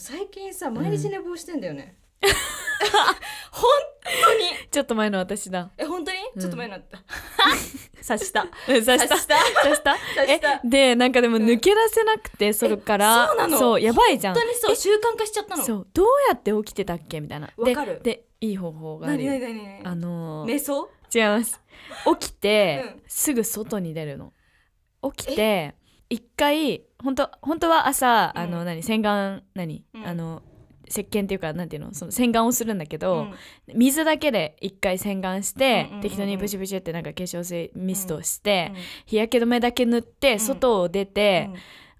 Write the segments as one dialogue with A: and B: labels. A: 最近さ毎日寝坊してんだよね、 本当に
B: ちょっと前の私だ。
A: え本当に、
B: うん
A: ちょっと前になった
B: 刺した。刺した。
A: 察
B: 刺
A: し
B: したた。
A: 察した
B: え、で、なんかでも抜け出せなくて、それから。
A: そうなの
B: やばいじゃん。
A: 本当にそう習慣化しちゃったの
B: そう。どうやって起きてたっけみたいな。
A: わかる
B: で、で、いい方法がある
A: 何
B: よ
A: 何何
B: あ
A: 何
B: のー
A: 瞑想
B: 違います。起きて、
A: うん
B: すぐ外に出るの。起きて、一回、本当本当は朝、あ
A: う
B: の、何、洗顔、何、
A: うん
B: あの、石鹸っていうか、なんていうの、その洗顔をするんだけど、
A: うん
B: 水だけで一回洗顔し
A: うんうん
B: て、
A: うんうん
B: 適当にブシブシってなんか化粧水ミストをして、
A: うん
B: 日焼け止めだけ塗って、
A: ん
B: 外を出て、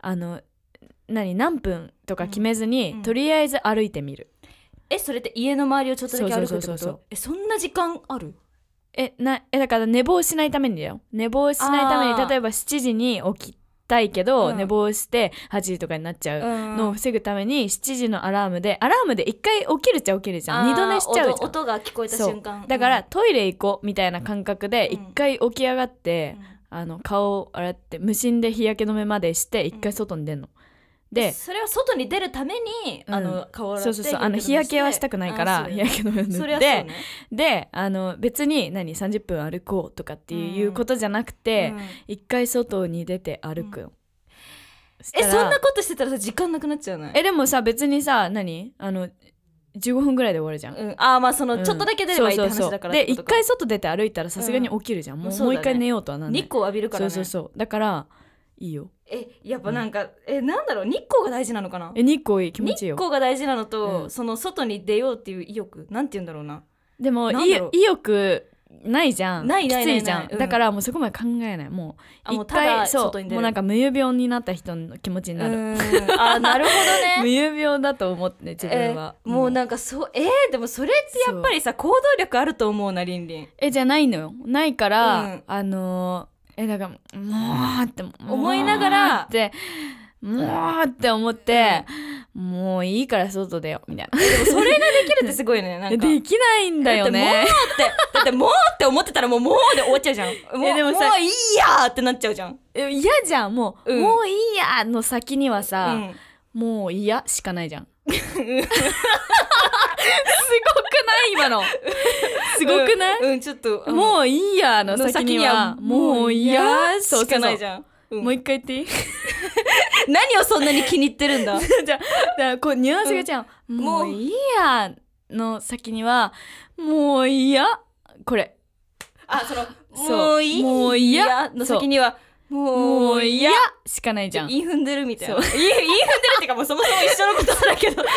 B: あの何何分とか決めずに、
A: うん
B: とりあえず歩いてみる
A: えそれって家の周りをちょっとだけ歩くってこと
B: そうそうそうそう
A: えそんな時間ある
B: えなえだから寝坊しないためにだよ寝坊しないため
A: あー
B: に例えば7時に起きたいけど、
A: うん
B: 寝坊して8時とかになっちゃうの
A: の
B: を防ぐために7時のアラームでアラームで1回起きるっちゃ起きるじゃん二度寝しちゃうじゃん
A: 音音が聞こえた
B: そう
A: 瞬間
B: だから、
A: うん
B: トイレ行こうみたいな感覚で
A: うん
B: 一回起き上がって、あの顔を洗って無心で日焼け止めまでして一回外に出るの。で
A: それは外に出るために、
B: うん
A: あの顔を洗っ
B: そ
A: て
B: うそうそうあの日焼けはしたくないから日
A: け
B: 焼け止めを
A: そ
B: 塗
A: れ
B: っ
A: はそう
B: て、
A: ね
B: であの別に何30分歩こうとかって
A: うん
B: いうことじゃなくて
A: うん
B: 一、回外に出て歩くの。し
A: え
B: たら
A: そんなことしてたらさ時間なくなっちゃうない
B: えでもさ別にさ何あの15分ぐらいで終わるじゃん。
A: うん、ああまあその、
B: うん
A: ちょっとだけ出ればいいって
B: そうそうそ
A: 話
B: う
A: だから
B: で一回外出て歩いたらさすがに起きるじゃん、
A: ん
B: もう
A: そうだ
B: も
A: ね
B: う一回寝ようとはなんない
A: 日光浴びるからね
B: そうそうそうだからいいよ
A: えやっぱなんか、えなんだろう日光が大事なのかな
B: え日光いい気持
A: 日
B: ちいいよ
A: 光が大事なのと、
B: うん
A: その外に出ようっていう意欲なんて言うんだろうな
B: でも
A: なん
B: い
A: だろう
B: 意欲ないじゃん
A: ないないないない
B: きついじゃん、
A: うん
B: だからもうそこまで考えないも
A: あ
B: う
A: も
B: 一
A: うただ
B: 回そ
A: 外
B: う
A: に出る
B: もうなんか無遊病になった人の気持ちになる、
A: うー んあーなるほど
B: 無
A: ね
B: 遊病だと思って自分は、
A: えーもうなんかそうえー、でもそれってやっぱりさ行動力あると思うなりんりん
B: えじゃないのよないから、
A: うん
B: あのーえだからもうって
A: 思いながら
B: もうってもうって思って、もういいから外出ようみたいな
A: でもそれができるってすごいねなんか
B: できないんだよね
A: だってだってもうって思ってたらもうもうで終わっちゃうじゃんもう
B: えでもさ
A: もういいやーってなっちゃうじゃん、
B: え嫌じゃんもう、
A: うん
B: もういいやの先には
A: う
B: さ、
A: ん、
B: もう嫌しかないじゃん すごくない今の すごくない、
A: うん、うんちょっとあの
B: もういいやの先にはもう嫌
A: しかないじ
B: ゃん
A: ゃん。
B: もう一回言っていい
A: 何をそんなに気に入ってるんだ
B: じゃあじゃあこうニュアンスが違う、も
A: もう
B: ういいやの先にはもう嫌これ
A: あ、その、
B: そう
A: もういい
B: もういいや
A: の先には、も
B: も
A: う
B: う
A: い
B: 嫌しかないじゃん
A: 言い踏んでるみたいな。
B: そ
A: 言 い言い踏んでるっていうか、もうそもそも一緒のことだけど。
B: でも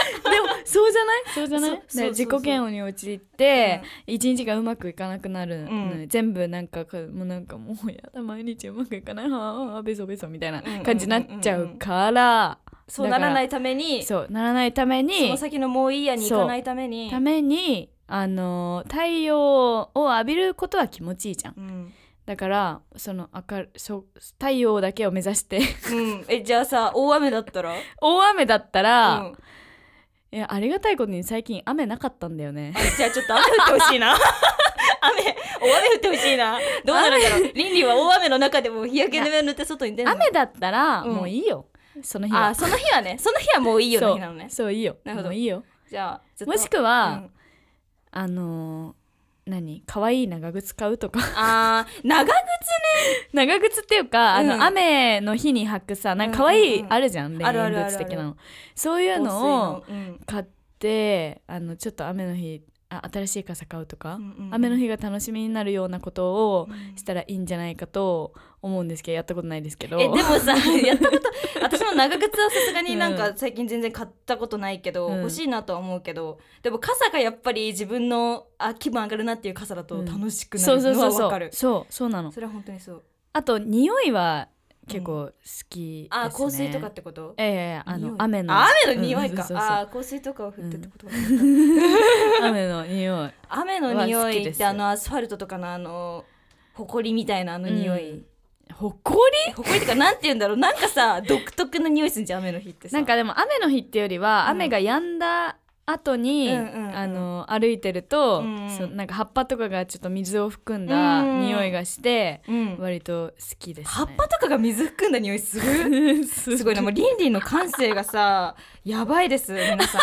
B: そうじゃないそうじゃない
A: そうそうそ
B: で
A: うそう
B: 自己嫌悪に陥って一、日がうまくいかなくなるのよ、
A: うん
B: 全部なんかこうもうなんかもうやだ毎日うまくいかないはあベソベソみたいな感じになっちゃうから、
A: そうならないいために、そ
B: そうならないために
A: の先のもういいやに行かないために
B: た。めにあの太陽を浴びることは気持ちいいじゃん
A: うん、
B: だからその明るそ太陽だけを目指して
A: うんえじゃあさ大雨だったら、
B: 大雨だったら、
A: うん
B: いやありがたいことに最近雨なかったんだよね
A: あじゃあちょっと雨降ってほしいな 雨大雨降ってほしいなどうなるんだろうリンリンは大雨の中でも日焼け止めを塗って外に出るの
B: 雨だったら
A: うん
B: もういいよ、その日は
A: あその日は ねその日はもういいよの日なのね
B: そうそういいよ
A: なるほど
B: もういいよ
A: じゃあずっと
B: もしくは、
A: うん
B: あのー何可愛い長靴買うとか
A: あー長靴
B: 長靴っていうか、あ
A: うん
B: の雨の日に履くさなんか可
A: うんうん
B: 愛い
A: うん
B: あるじゃんレインブ
A: あるあるある
B: ーツ的なのそういうのを
A: 香水の
B: 買ってあのちょっと雨の日あ新しい傘買うとか、
A: うんうんうん
B: 雨の日が楽しみになるようなことを
A: うん
B: したらいいんじゃないかと思うんですけどやったことないですけど
A: えでもさ やったこと私も長靴はさすが になんか最近全然買ったことないけど、
B: うん
A: 欲しいなとは思うけどでも傘がやっぱり自分のあ気分上がるなっていう傘だと
B: うん
A: 楽しくな
B: そう
A: る
B: そう
A: の
B: そ
A: は
B: うそ
A: わかる、
B: うそうそうなの
A: それは本当にそう
B: あと匂いは結構好きです、ね
A: あー香水とかってこと
B: ええあ
A: 匂い
B: の雨の
A: あ雨の匂いか、
B: うんそうそうそう
A: あー香水とかを振ってってこと、
B: 雨の匂い
A: 雨の匂
B: は好
A: い
B: き
A: っ
B: で
A: て
B: す
A: あのアスファルトとかのあのほこりみたいなあの匂い、
B: うんほこ
A: ほこりとかなんて言うんだろうなんかさ独特な匂いするんじゃん雨の日って
B: り
A: さ
B: なんかでも雨の日ってよりは
A: うん
B: 雨が止んだ後に、
A: うんうんうん
B: あの歩いてると、
A: うんうん
B: そなんか葉っぱとかがちょっと水を含んだ
A: うん
B: 匂いがして、
A: うん
B: 割と好きです、ね、
A: 葉っぱとかが水含んだ匂いする
B: す
A: すごいなもうリンリンの感性がさやばいです皆 さん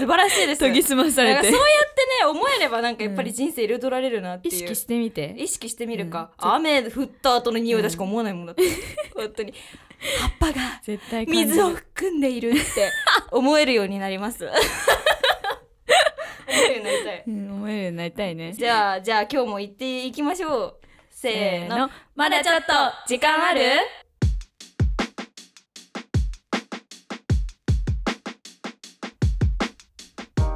A: 素晴らしいです
B: 研ぎ澄まされ
A: なんか
B: て
A: そうやってね思えればなんかやっぱり人生彩られるなってい
B: 意
A: う、
B: 識してみて
A: 意識してみるか、雨降った後の匂いだしか思わないもんだ って、本当に葉っぱが
B: 絶対感じる
A: 水を含んでいる って思えるようになります思えるようになりたい
B: うん、思えるようになりたい ね
A: じゃあじゃあ今日も行っていきましょうせーの
B: まだちょっと時間ある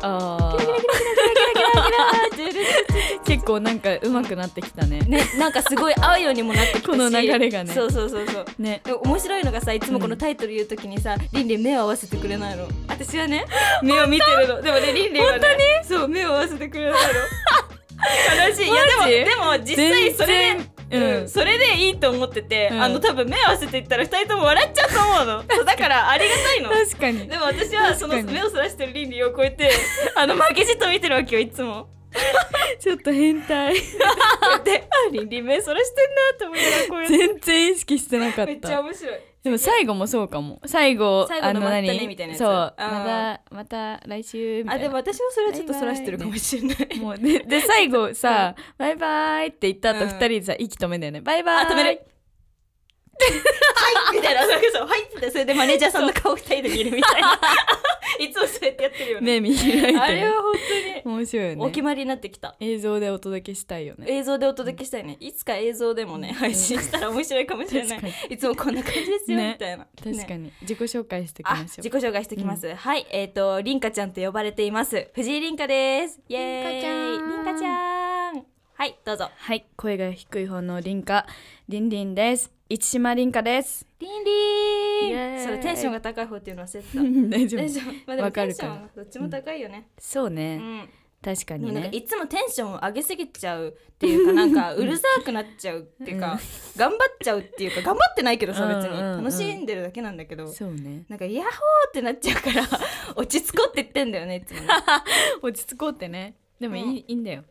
B: あー結構なんか上手くなってきたね
A: ね、なんかすごい合うようにもな ってきたし
B: この流れがね
A: そうそうそうそう
B: ね
A: でも面白いのがさいつもこのタイトル言うときにさ、リンリン目を合わせてくれないの私はね目を見てるのでもねリンリンはねそう目を合わせてくれないの悲しいいや
B: マジ
A: でもでも実際それで
B: 全然
A: うん、それでいいと思ってて、
B: うん
A: あの多分目合わせていったら二人とも笑っちゃうと思うのそうだからありがたいの
B: 確か に
A: でも私はその
B: 確かに
A: 目をそらしてるリンリンをこうや ってあの負けじと見てるわけよいつも
B: ちょっと変態
A: こうやってあリンリン目そらしてんなと思いながらこうや って
B: 全然意識してなかっ
A: めっちゃ
B: た
A: 面白い
B: でも最後もそうかも最後
A: 最後の
B: あの
A: またね
B: 何
A: みたいなやつ
B: そう
A: あー
B: またまた来週みた
A: あ
B: い
A: で
B: な
A: も私もそれはちょっとそらしてるかもしれない。
B: もうで で最後さ「バイバイ」って言った
A: う
B: 後
A: ん
B: 二人でさ息止めんだよね「バイバイ」
A: あ止める。はいみたいななんかそうはいってそれでマネージャーさんの顔二人で見るみたいな。いつもそうやってやってるよね。
B: 目見開いてね
A: あれは本
B: 面白いよ
A: 当にお決
B: ね
A: まりになってきた。
B: 映像でお届けしたいよね
A: 映像でお届けしたいね。いつか映像でもね配信したら面白いかもしれな
B: 確か
A: い。いつもこんな感じですよ
B: ね
A: みたいな。
B: 確か
A: ね
B: に自己紹介しておき
A: あ
B: ましょう
A: 自己紹介しておきます。はい、えっ、と、りんかちゃんと呼ばれています。藤井りんかです。イエーイ。
B: りん
A: り
B: かちゃん
A: んかちゃん。はい、どうぞ。
B: はい声が低い方のリンカリンリンです市島リンカです
A: りんり
B: イエ
A: ん。
B: ーイ
A: それテンションが高い方っていうの忘れてた。
B: 大丈
A: テン
B: 夫
A: ション、まあ、でも
B: わ
A: テ
B: か
A: ン
B: る
A: シ
B: から
A: ョンはどっちも高いよね。
B: そう
A: う
B: ね
A: ん、
B: 確か
A: でも
B: に
A: なんか
B: ね
A: いつもテンションを上げすぎちゃうっていうか、なんかうるさくなっちゃうっていうか、
B: うん
A: 頑張っちゃうっていうか、頑張ってないけどさ、別に、
B: うんうんうん
A: 楽しんでるだけなんだけど。
B: そうね
A: なんかヤッホーってなっちゃうから 落ち着こうって言ってんだよねいつもね
B: 落ち着こうってねでもいい,、
A: うん
B: いいんだよ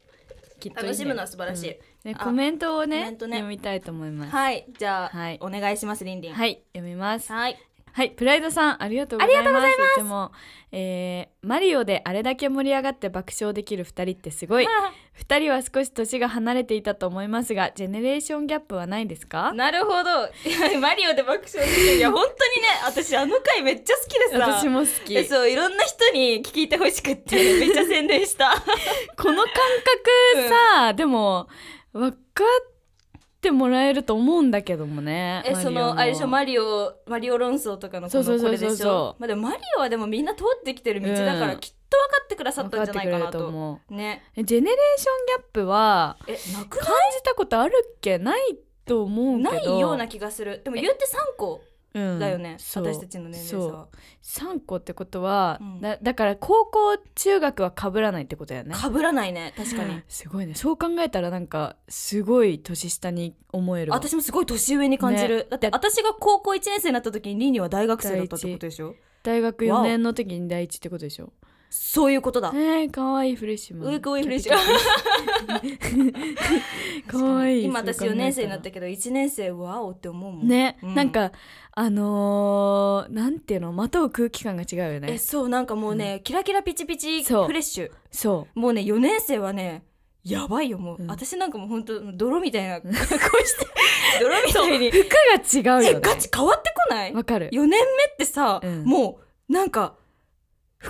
B: きっといいんだよ
A: 楽しむのは素晴らしい、
B: で
A: あ
B: コメントを
A: コメ
B: ね
A: ントね
B: 読みたいと思います
A: はいじゃあ、
B: はい
A: お願いしますりんりん
B: はい読みます
A: はい
B: はい、プライドさん、ありがとうございます。いつも、えーマリオであれだけ盛り上がって爆笑できる二人ってすごい。二人は少し年が離れていたと思いますが、ジェネレーションギャップはないですか
A: なるほど いやマリオで爆笑できるいや本当にね私あの回めっちゃ好きでさ
B: 私も好き。
A: えそういろんな人に聞いてほしく ってめっちゃ宣伝した
B: この感覚さ、でも、分かってもらえると思うんだけどもね。
A: え
B: マリ
A: そ
B: オ
A: のあれでしょマリオマリオ論争とかのこ
B: そうそ
A: の
B: う
A: こ
B: そうそ
A: れ
B: うそう
A: でしょまあでもマリオはでもみんな通ってきてる道だから、
B: うん
A: きっと分かってくださっ
B: 分
A: た
B: か
A: ん
B: っ
A: じ
B: て
A: ゃな
B: く
A: い
B: れ
A: か
B: る
A: なと
B: と思う。
A: ね
B: えジェネレーションギャップは、
A: えなく
B: 感じたことあるっけないと思うけど。
A: ないような気がするでも言って3個
B: うん
A: だよね、
B: そう
A: 私たちの年齢差は
B: 3個ってことは、
A: うん
B: だだから高校中学は被らないってことだよね
A: かぶらないね確かに
B: すごいねそう考えたらなんかすごい年下に思えるわ
A: 私もすごい年上に感じる、だって私が高校1年生になった時にリーニは大学生だったってことでしょ
B: 大学
A: わ
B: 4
A: お
B: 年の時に第一ってことでしょ
A: そういうことだ、
B: えー、かわいいフレッシュマン
A: ういかわいいフレッシ ュマ
B: かわいい
A: 今私
B: そう
A: 4
B: 考えたら
A: 年生になったけど1年生わおって思うもん
B: ね、
A: うん
B: なんかあのー、なんていうのまとう空気感が違うよ
A: え
B: ね
A: そうなんかもうね、キラキラピチピチ
B: そう
A: フレッシュ
B: そ
A: もうね4年生はねやばいよもう、
B: うん
A: 私なんかもうほんと泥みたいな格 好して泥みたいに
B: う服が違う
A: え
B: よね
A: ガチ変わってこない
B: わかる
A: ?4 年目ってさ、
B: うん
A: もうなんか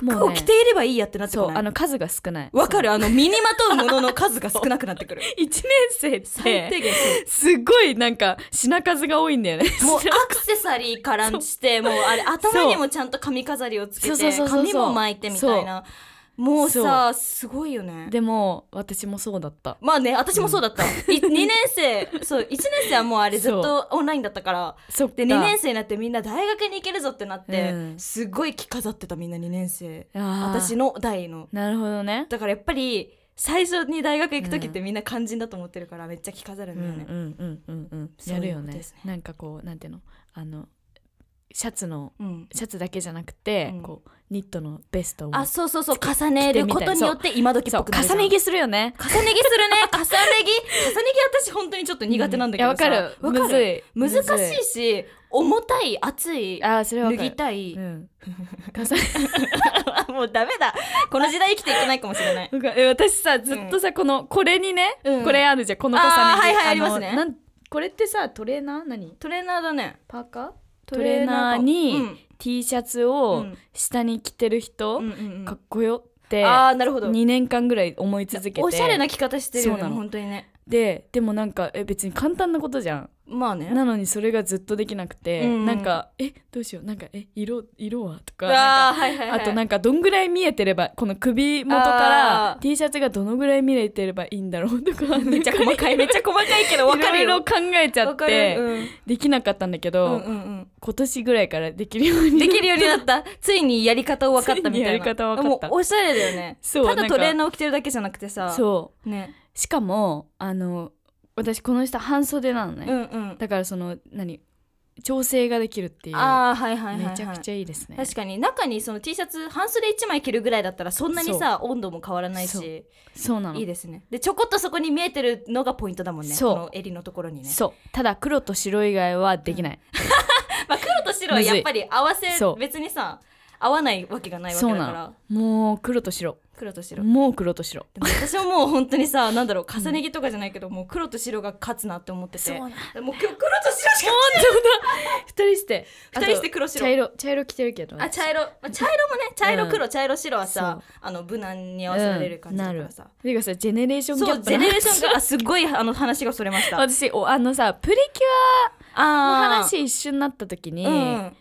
B: もうね
A: 服を着ていればいいやってなって
B: そ
A: こ
B: う
A: な
B: あ
A: い
B: の数が少ない
A: わか
B: る
A: るあの身にまとうものの数が少なくな ってくる
B: 1年生って
A: 最低限
B: すっごいなんか品数が多いんだよね。
A: もうアクセサリーからしてもうあれ頭にもちゃんと髪飾りをつけ
B: そうそう
A: て
B: そうそうそう
A: 髪も巻いてみたいなもうさすごいよね
B: でも私もそうだった。
A: まあね私もそうだった、い2年生そう1年生はもうあれずっとオンラインだったから
B: そっか。
A: で2年生になってみんな大学に行けるぞってなって、
B: うん
A: すごい着飾ってたみんな2年生
B: あー
A: 私の代の
B: なるほどね。
A: だからやっぱり最初に大学行く時ってみんな肝心だと思ってるからめっちゃ着飾る
B: うんんう
A: だよ
B: ん
A: ね、
B: うんうんうん。
A: そう
B: や
A: いうこと
B: るよね
A: ですね
B: なんかこうなんていうのあのシャツの
A: うん
B: シャツだけじゃなくて、
A: うん
B: こうニットのベストを
A: あそうそうそう重ねることによって今時っ
B: そう
A: ぽくなるじゃ
B: 重
A: ん
B: ね着するよね
A: 重ね着するね重ね着重ね着私本当にちょっと苦手なんだけどさ、
B: いやわかる
A: わかる
B: む
A: 難
B: ずい
A: しいし重たい熱い
B: あーそれは
A: 脱
B: わかる
A: ぎたい、
B: うん 重ね
A: もうダメだこの時代生きていけないかもしれない
B: わかるえ私さずっとさ、このこれにね、
A: うん
B: これあるじゃんこの重ね着
A: あーはいはい
B: の
A: ありますね
B: なんこれってさトレーナー何
A: トレーナーだね
B: パーカー
A: ト
B: ト
A: レ
B: レ
A: ー
B: ー
A: ナ
B: ナ
A: ー
B: ー
A: に
B: に T シャツ
A: う
B: を
A: ん
B: 下に着てる人、
A: うんうんうん
B: かっこよって
A: ああなるほど
B: 2年間ぐらい思い続けて
A: おしゃれな着方してるよ
B: そう
A: ね
B: なの
A: 本当にね
B: ででもなんかえ別に簡単なことじゃん
A: まあね
B: なのにそれがずっとできなくて、
A: うんうん
B: なんかえどうしようなんかえ色色はとか
A: あ
B: な
A: あ
B: んか
A: はいはい、は
B: あ
A: い、
B: となんんかどんぐらい見えてればこの首元か
A: あ
B: ら
A: ー
B: T シャツがどのぐらい見えてればいいんだろうとか
A: めっちゃ細かいめっちゃ細かいけどわかる
B: いろいろ
A: よ
B: 考えちゃ
A: わ
B: っ
A: かる
B: て、
A: うん
B: できなかったんだけ
A: う
B: ど、
A: んうんうん
B: 今年ぐらいからできるよ うに
A: できるよ
B: よ
A: うになったついにやり方を分かったみたいな
B: ついにやり方を分かった
A: もうおしゃれだよね
B: そう
A: ただトレー
B: なんか
A: ナーを着てるだけじゃなくてさ
B: そう
A: ね
B: しかもあの私この人半袖なのね、
A: うんうん
B: だからその何調整ができるっていう
A: ああはいはいはい、はい、
B: めちゃくちゃいいですね
A: 確かに中にその T シャツ半袖1枚着るぐらいだったらそんなにさ温度も変わらない
B: そう
A: し
B: そうなの
A: いいですねでちょこっとそこに見えてるのがポイントだもんね
B: そう
A: この襟のところにね
B: そうただ黒と白以外はできない、
A: まあ、黒と白はやっぱり合わせ
B: そう
A: 別にさ合わないわけがないわけだ
B: そ
A: か
B: うな
A: ら
B: もう黒と白
A: 黒と白で
B: もう黒と白
A: も私はもう本当にさなんだろう重ね着とかじゃないけどもう黒と白が勝つなって思ってて もう
B: だ
A: 今日黒と白しか
B: 二人して
A: 二人して黒
B: あと
A: 白
B: 茶色茶色着てるけど
A: あ茶色、まあ、茶色もね茶色黒、茶色白はさ
B: そ
A: あの無難に合わせられる感じだからさ、
B: ていうかさジェネレーションギャ
A: そ
B: ッ
A: う
B: プ
A: ジェネレーションがあすごいあの話がそれましたあ
B: 私おあのさプリキュアの
A: あー
B: 話一瞬になった時に、
A: うん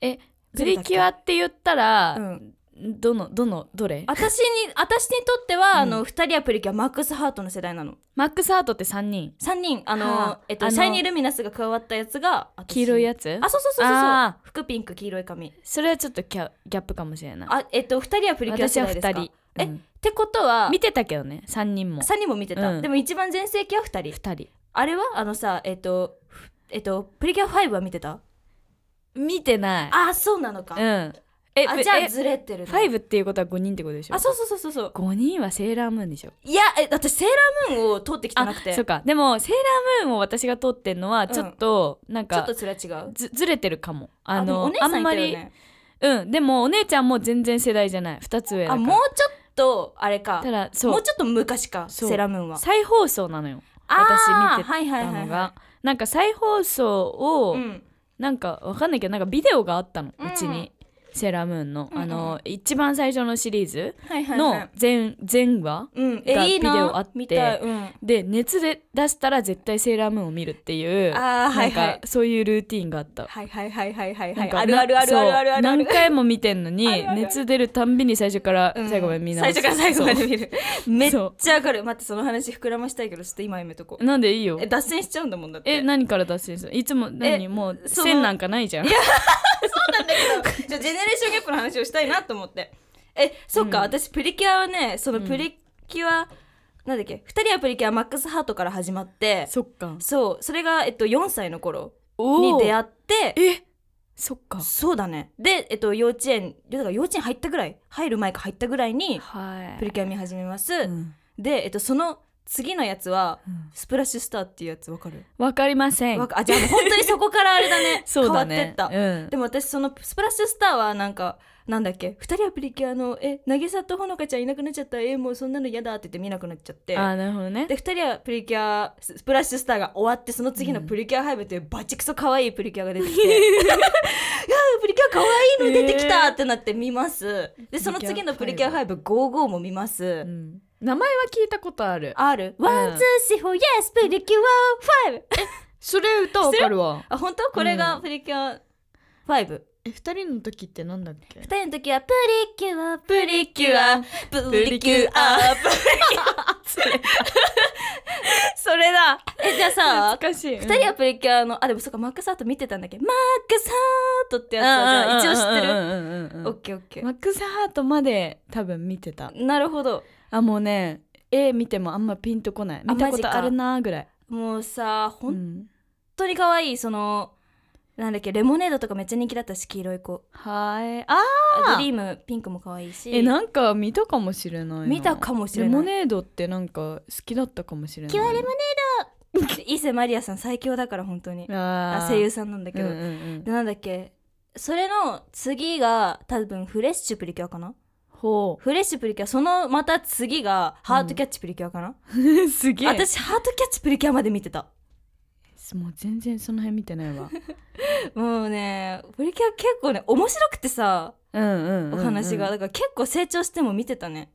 B: プリキュアって言ったら、
A: うん
B: どのどのどれ
A: 私に私にとっては、
B: うん
A: あの二人はプリキュアマックスハートの世代なの
B: マックスハートって三人
A: 三人あの、
B: はあ
A: えっと
B: あの
A: シャイニールミナスが加わったやつが私
B: 黄色いやつ
A: あそうそうそうそうそう
B: あ
A: 服ピンク黄色い髪
B: それはちょっとキャギャップかもしれない
A: あえっと二人はプリキュア
B: 私
A: 世代
B: は
A: ですか
B: 二人
A: え
B: うん
A: ってことは
B: 見てたけどね三人も
A: 三人も見てた、
B: うん
A: でも一番全盛期は二人
B: 二人
A: あれはあのさえっとふえっとプリキュア5は見てた
B: 見てない
A: あそうなのか、
B: うんえ
A: あ
B: え
A: じゃあ
B: え
A: ずれてる
B: ファイブっていうことは五人ってことでしょ
A: あそうそうそうそうそう
B: 5人はセーラームーンでしょ
A: いやえ私セーラームーンを通ってきてなくて
B: そうかでもセーラームーンを私が通ってんのはちょっと、なん
A: ちょっ
B: か
A: とそれは違う
B: ずずれてるかもあ
A: あでも
B: の
A: お姉さんいたよ
B: あんま
A: ね
B: りうんでもお姉ちゃんも全然世代じゃない二つ上だ
A: あ
B: から
A: もうちょっとあれか
B: ただそ
A: もう
B: う
A: ちょっと昔か
B: そう
A: セーラームーンは
B: 再放送なのよ
A: あー
B: 私見てたのが、
A: はいはいはいはい
B: なんか再放送を、
A: うん
B: なんかわかんないけどなんかビデオがあったの
A: うん
B: うちに、セーラームーンの、
A: うんうん
B: あの一番最初のシリーズ
A: はいはいは
B: の
A: い
B: 全全話
A: うん
B: が
A: えいいな
B: ビデオあって
A: 見たいうん
B: で熱で出したら絶対セーラームーンを見るっていう
A: あーはいはい
B: なんかそういうルーティンがあった。
A: はいはいはいはいはいは
B: なん
A: い
B: か
A: あるあるあるあるあるある
B: そう
A: ある
B: 何回も見てんのに
A: あるある
B: 熱出るたんびに最初から
A: うん
B: 最後まで見
A: 最
B: 直
A: 初から最後まで見るめっ
B: そ
A: ちゃわかる待ってその話膨らましたいけどちょっと今やめとこ
B: うなんでいいよ
A: うえ脱線しちゃうんだもんだって
B: え何から脱線するいつも
A: え
B: 何もう
A: その
B: 線なんかないじゃん
A: なんだけ どじゃあジェネレーションギャップの話をしたいなと思ってえそっか、
B: うん
A: 私プリキュアはねその
B: うん
A: プリキュア、なんだっけ2人はプリキュアマックスハートから始まって
B: そっか
A: そうそれが、えっと、4歳の頃
B: お
A: に
B: ー
A: 出会って
B: えそっか
A: そうだねで、えっと、幼稚園だから幼稚園入ったぐらい入る前か入ったぐらいに
B: はい
A: プリキュア見始めます、
B: うん
A: で、えっと、その次のやつは
B: うん
A: スプラッシュスターっていうやつわかる
B: わかりません
A: わかあじゃあもう本当にそこからあれだね
B: そうだ
A: 変わって
B: ね
A: った、
B: うん
A: でも私そのスプラッシュスターはなんかなんだっけ二人はプリキュアのえ渚とほのかちゃんいなくなっちゃったえもうそんなの嫌だって言って見なくなっちゃって
B: あーなるほどね
A: で二人はプリキュアススプラッシュスターが終わってその次のプリキュア5というバチクソ可愛いプリキュアが出てき ていやープリキュア可愛いの出てきたってなって見ますでその次のプリキュア555も見ます、
B: うん名前は聞いたことある
A: R
B: ん
A: One two three four yes プリキュア5
B: それ歌わかるわ
A: あ本当これがプリキュア5
B: え二人の時ってなんだっけ
A: 二人の時はプリキュアプリキュアプリキュアプリ
B: それだ
A: えじゃあさ
B: 懐かしい
A: 二人はプリキュアのあでもそっかマックスハート見てたんだっけマックスハートってやつはじゃあ一応知ってる
B: る
A: オッケーオッケ
B: マックスハートまで多分見てた
A: ーなるほど
B: あもうね絵見てもあんまピンとこない
A: あ
B: 見たこ
A: マジ
B: と
A: か
B: あるなーぐらい
A: もうさ
B: う
A: 本
B: ん
A: 当に可愛いそのなんだっけレモネードとかめっちゃ人気だったし黄色い子
B: はいああー
A: ドリームピンクも可愛いし
B: えなんか見たかもしれないな
A: 見たかもしれない
B: レモネードってなんか好きだったかもしれない
A: キュアレモネード伊勢マリアさん最強だから本当に
B: あ
A: あ
B: ー
A: 声優さんなんだけど、
B: うんうんうん
A: でなんだっけそれの次が多分フレッシュプリキュアかな
B: ほ
A: フレッシュプリキュアそのまた次がハートキャッチプリキュアかな、
B: う すげえ
A: 私ハートキャッチプリキュアまで見てた
B: もう全然その辺見てな いわ
A: もうねプリキュア結構ね面白くてさ
B: うんうんうんうん、
A: お話が、だから結構成長しても見てたね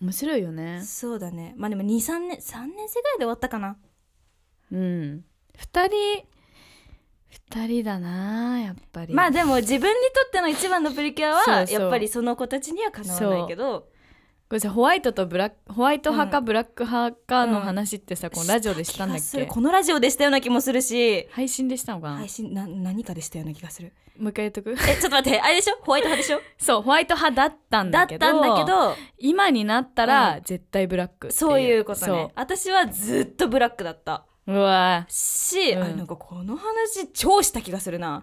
B: 面白いよね
A: そうだねまあでも23年3年生ぐらいで終わったかな
B: うん二人二人だなやっぱり
A: まあでも自分にとっての一番のプリキュア
B: そ
A: は
B: うそう
A: やっぱりその子たちにはかなわないけど
B: これさホワイトとブラックホワイト派か
A: うん
B: ブラック派かの
A: うん
B: 話ってさ、このラジオでしたんだっ
A: 気がする
B: け
A: このラジオでしたような気もするし
B: 配信でしたのかな、
A: 配信な何かでしたような気がする
B: もう一回言っと く
A: えちょっと待ってあれでしょホワイト派でしょ
B: そうホワイト派だったん
A: だ
B: だ
A: った
B: け
A: ん
B: ど
A: だけど
B: 今になったら、
A: うん
B: 絶対ブラックって
A: そういうことね
B: そ
A: 私はずっとブラックだった
B: ううわー
A: し、
B: うん
A: あなんかこの話超した気がする な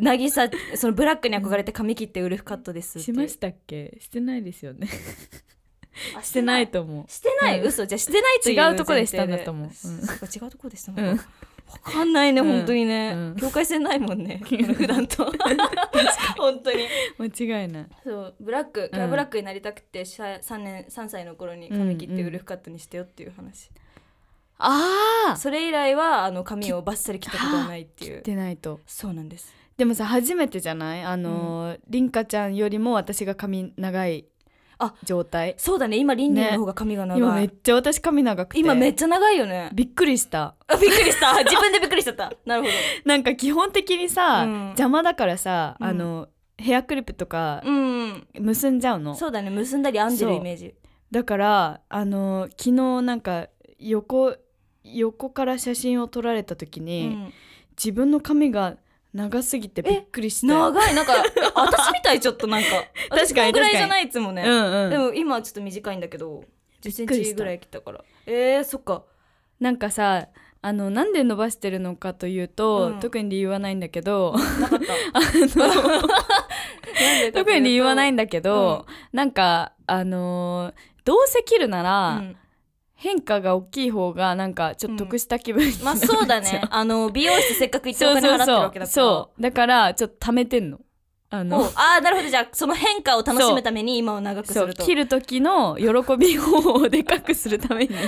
A: 渚そのブラックに憧れて髪切ってウルフカットですって
B: しましたっけしてないですよね
A: あ
B: してないと思う
A: してない、
B: うん
A: 嘘じゃあしてないという
B: 違うとこでしたんだと思う
A: 前提で
B: うん
A: そっか違うとこでしたの
B: うん
A: かわかんないね
B: うん
A: 本当にね、
B: うん
A: 境界線ないもん ね普段と本当に
B: 間違いない
A: そうブラック
B: ん
A: クラブラックになりたくて、さ三年三歳の頃に髪切っ
B: うん
A: て
B: うん
A: ウルフカットにしてよっていう話、
B: あ
A: それ以来はあの髪をバッサリ切ったことはないっていう
B: でないと
A: そうなんです
B: でもさ初めてじゃないあのー、りんかちゃんよりも私が髪長い
A: あ
B: 状態
A: そうだね今リンリンの方が髪が長い、
B: 今めっちゃ私髪長くて
A: 今めっちゃ長いよね
B: びっくりした
A: あびっくりした 自分でびっくりしちゃったなるほど
B: なんか基本的にさ、
A: うん
B: 邪魔だからさ、
A: うん
B: あのヘアクリップとか
A: うん
B: 結んじゃうの、
A: そうだね結んだり編んでる
B: そう
A: イメージ
B: だからあの昨日なんか横横から写真を撮られた時
A: う
B: に、
A: ん
B: 自分の髪が長すぎてびっくりして
A: 長いなんか 私みたいちょっと なんか
B: 確か
A: 私
B: に
A: こんぐらいじゃないいつも
B: う
A: ね、
B: んうん、
A: でも今はちょっと短いんだけど
B: び
A: 10
B: っ
A: セン
B: くりした
A: チぐらい切ったからえー、そっか
B: なんかさあのなんで伸ばしてるのかというと、
A: うん
B: 特に理由はないんだけ ど
A: なかった なんでかというと
B: 特に理由はないんだけど、なんかあのーどうせ切るな
A: う
B: ら、
A: ん
B: 変化が大きい方がなんかちょっと得した気分になっちゃう、
A: まあ そうだねあの美容室せっかく行ってお
B: そう
A: 金
B: そ
A: 払
B: う
A: ってる
B: そ
A: わ
B: う
A: けだから
B: そうだからちょっと貯めてんのあ
A: も
B: の
A: うああなるほどじゃあその変化を楽しむために今を長くす
B: そう
A: ると
B: 切る時の喜び方法をで かくするために
A: そのた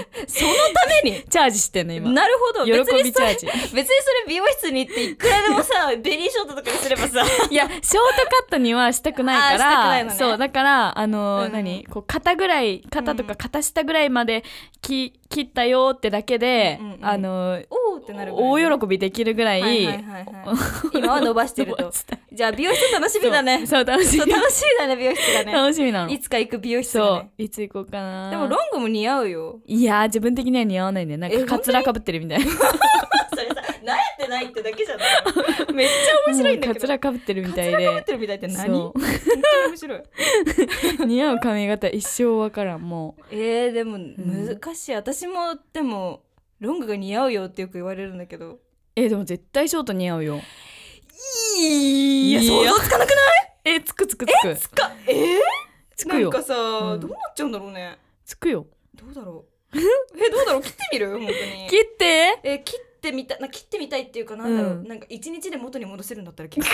A: めに
B: チャージしてんの今
A: なるほど
B: 喜
A: 別に
B: び
A: そ
B: チャ
A: れ
B: ージ
A: 別にそれ美容室に行っていくらでも さベリーショートとかにすればさ
B: いやショートカットにはしたくないか
A: あ
B: ら、
A: ーしたくないのね
B: そうだからあのー、
A: うん
B: 何こう肩ぐらい肩とか肩下ぐらいまでき切ったよってだけで、
A: うんうん
B: あのー
A: おおってなるぐらい
B: 大喜びできるぐらい、
A: はいはいはいはい 今は伸ばしてる
B: 伸
A: と
B: ばしたい
A: じゃあ美容室楽しみだね
B: そうそう楽し
A: そう
B: み
A: 楽しみだね美容室がね
B: 楽しみなの
A: いつか行く美容室が
B: そ
A: ね
B: ういつ行こうかな
A: でもロングも似合うよ
B: いやー自分的には似合わないんだよなん
A: え
B: かカツラかぶってるみたいな
A: それさ慣れてないってだけじゃない めっちゃ面白いんだ
B: カ
A: け
B: ツ
A: ど
B: ラかぶってるみたい
A: カツラ被っ
B: で
A: てるみたいって何
B: そ
A: 本
B: う
A: 当に面白い
B: 似合う髪型一生わからんも
A: えー、でも難しい、私もでもロングが似合うよってよく言われるんだけど
B: うえでも絶対ショート似合うよ
A: い
B: や想像
A: つかなく
B: えつくつくつく
A: つかえ
B: つ
A: ー、
B: く
A: なん
B: よ
A: かさ、
B: ん
A: どうなっちゃうんだろうね
B: つくよ
A: どうだろ うえどうだろう切ってみる本当に
B: 切って
A: えー切ってみたな切ってみたいっていうかなんだろう、
B: うん
A: なんか一日で元に戻せるんだったら切る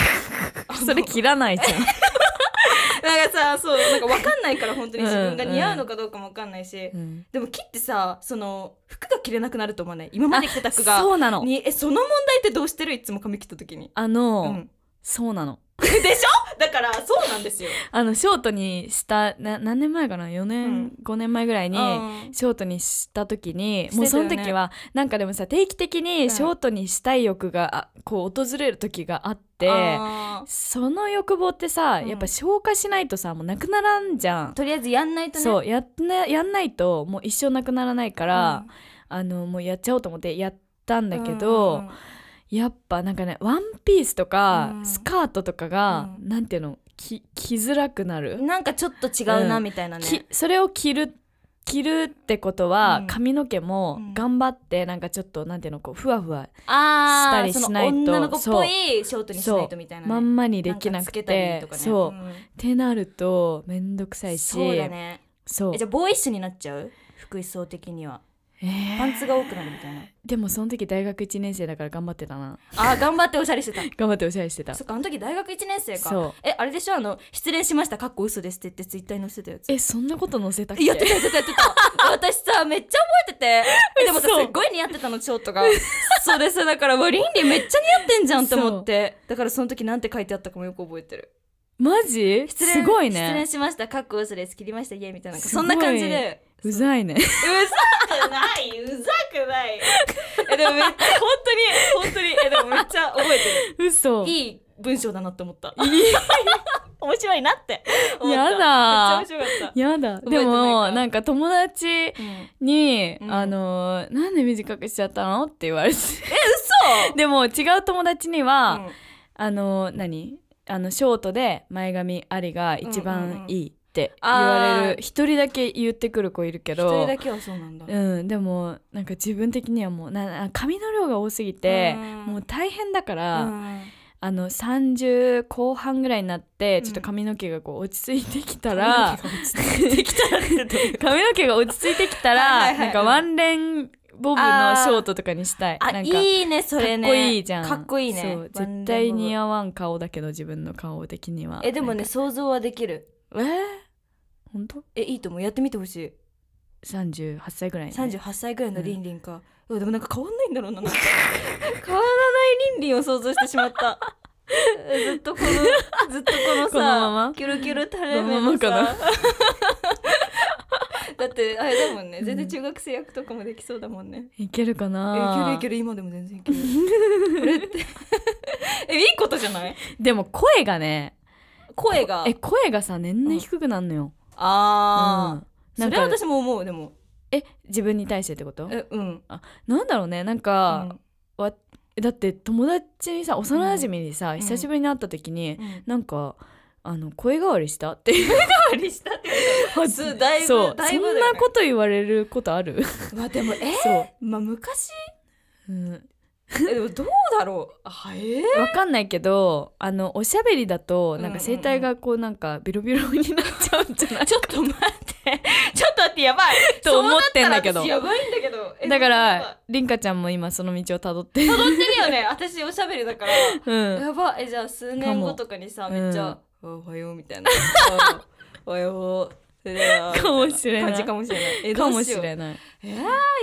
A: あの
B: それ切らないじゃん
A: なんかさそうなんかわかんないから本当に自分が似合うのかどうかもわかんないし、
B: うん
A: でも切ってさその服が着れなくなると思わない今まで着てた服が
B: そうなの
A: にえその問題ってどうしてるいつも髪切った時に、
B: あ
A: う
B: の
A: ん、
B: そうなの
A: でしょ だからそうなんですよ、
B: あのショートにしたな何年前かな4
A: うん
B: 年5年前ぐらいに
A: うん
B: ショートにした時に
A: してたよね
B: もうその時はなんかでもさ定期的
A: う
B: に
A: ん
B: ショートにしたい欲があこう訪れる時があって、
A: あー
B: その欲望ってさ、
A: うん
B: やっぱ消化しないとさもうなくならんじゃん。
A: とりあえずやんないとね
B: そうやっなやんないともう一生なくならないか、
A: から
B: あのもうやっちゃおうと思ってやったんだけど、やっぱなんかねワンピースとか、
A: うん
B: スカートとかが、
A: うん
B: なんていうのき着づらくなる、
A: なんかちょっと違うな
B: うん
A: みたいなね、
B: きそれを着る着るってことは、
A: うん
B: 髪の毛も
A: うん
B: 頑張ってなんかちょっとなんていうのこうふわふわ
A: あ
B: したりしないと
A: その女の子っぽいショートにしないとみたいなね、
B: まんまにで
A: なんか
B: きな
A: つ
B: く
A: け
B: て
A: たりとかね
B: そう、
A: ん
B: っ、てなるとめんどくさいし
A: そうだね
B: そう
A: えじゃあボーイッシュになっちゃう服装的には
B: えー
A: パンツが多くなるみたいな
B: でもその時大学1年生だから頑張ってたな
A: あー頑張っておしゃれして た
B: 頑張っておしゃれしてた
A: そっかあの時大学1年生か
B: そう
A: えあれでしょあの失恋しましたかっこ嘘ですって言ってツイッターに載せてたやつ
B: えそんなこと載せたっけ
A: やってたやってたやってた私さめっちゃ覚えててえでもさ
B: 嘘
A: すっごい似合ってたのショートがそうですだからわ倫理めっちゃ似合ってんじゃんと思ってだからその時なんて書いてあったかもよく覚えてる
B: マジ
A: 失恋
B: すごい
A: 失恋
B: ね
A: しましたかっこ嘘です切りました家みたいな
B: す
A: そ
B: ごい
A: んな感じで
B: うざいね
A: うざくないうざくない えでもめっちゃ本当に本当にえでもめっちゃ覚えて
B: 嘘
A: るいい文章だなって思った 面白いなって思った
B: やだ
A: めっちゃ面白かっ
B: やだ
A: 覚えて
B: で
A: ないか
B: もなんか友達
A: た、うん
B: に、
A: うん
B: あのなんで短くしちゃったのって言われて
A: え 嘘
B: でも違う友達には、
A: うん
B: あの何あのショートで前髪ありが一番いいって言われ
A: あ
B: る一、人だけ言ってくる子いるけ
A: 一人
B: ど
A: だけはそうなんだ、
B: うん、でもなんか自分的にはもうな髪の量が多すぎて、
A: うん
B: もう大変だか
A: う
B: ら、
A: ん
B: あの30後半ぐらいになってちょっと髪の毛がこう落ち着いてきたら、
A: できたらってどういう
B: 髪の毛が落ち着いてきたら
A: はいはいはい
B: なんかワンレンボブのショートとかにしたい。
A: あ
B: なんか
A: いいねそ
B: か
A: れ
B: っ
A: ね
B: こいいじゃん
A: かっこいいね
B: そう絶対似合わん顔だけど自分の顔的には
A: えでもね
B: なんか
A: 想像はできる
B: えー、本当
A: えいいと思うやってみてほしい
B: 38歳ぐらい、ね、
A: 38歳ぐらいの
B: うん
A: リンリンか、うんでもなんか変わんないんだろうな なんか変わらないリンリンを想像してしまったずっとこのずっとこのさ
B: このまま
A: キュルキュル垂れ目の
B: こ
A: さ
B: のまま
A: だってあれだもんね全然中学生役とかもできそうだもんね、
B: いけるか
A: えいける
B: ない
A: ける今でも全然いけるこれって えいいことじゃない
B: でも声がね
A: 声が
B: え声がさ年々低くなるのよ、う
A: あ
B: ん
A: ー、
B: なん
A: それは
B: か
A: 私も思うでも
B: え自分に対してってこと
A: えうん
B: なんだろうねなんか、だって友達にさ幼馴染にさ、
A: ん
B: 久しぶりに会った時に、
A: うん
B: なんかあの声変わりしたっていう
A: ありしたって
B: は
A: ずだいぶ
B: そう
A: だいぶだよ
B: そん
A: ね
B: なこと言われることある
A: まあでもえ
B: そう
A: まあ昔
B: うん
A: えでもどうだろうあえ
B: わかんないけどあのおしゃべりだとなんか声帯がこうなんかビロビロになっ ちゃうんじゃない
A: ー、ちょっと待ってちょっと待ってやばい
B: と思ってんだけど
A: そうなったら私やばいんだけど え
B: だか
A: やば
B: らりんかちゃんも今その道をたど って
A: い踊ってるよね私おしゃべりだから
B: うん
A: やばえじゃあ数年後とかにさ
B: かも
A: めっちゃ、おはようみたいな おはようそれでは
B: かもしれない
A: 感じかもしれないえ
B: か
A: ど
B: も
A: うし
B: し
A: よう
B: れない
A: えー、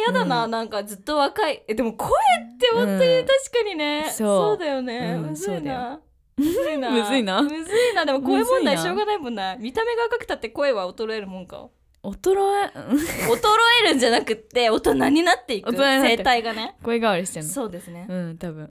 A: やだな、
B: う
A: なんかずっと若いえでも声って本当に確かにね、
B: うん
A: そうだよね、
B: うん
A: むずいなむずいな
B: むずいな
A: むずいなでも声問題
B: むずいな
A: しょうがないもんな見た目が赤くたって声は衰えるもんか
B: 衰えうん
A: 衰えるんじゃなくって大人になっていく
B: 大人になって
A: 声帯がね
B: 声変わりしてんの
A: そうですね、
B: うん多分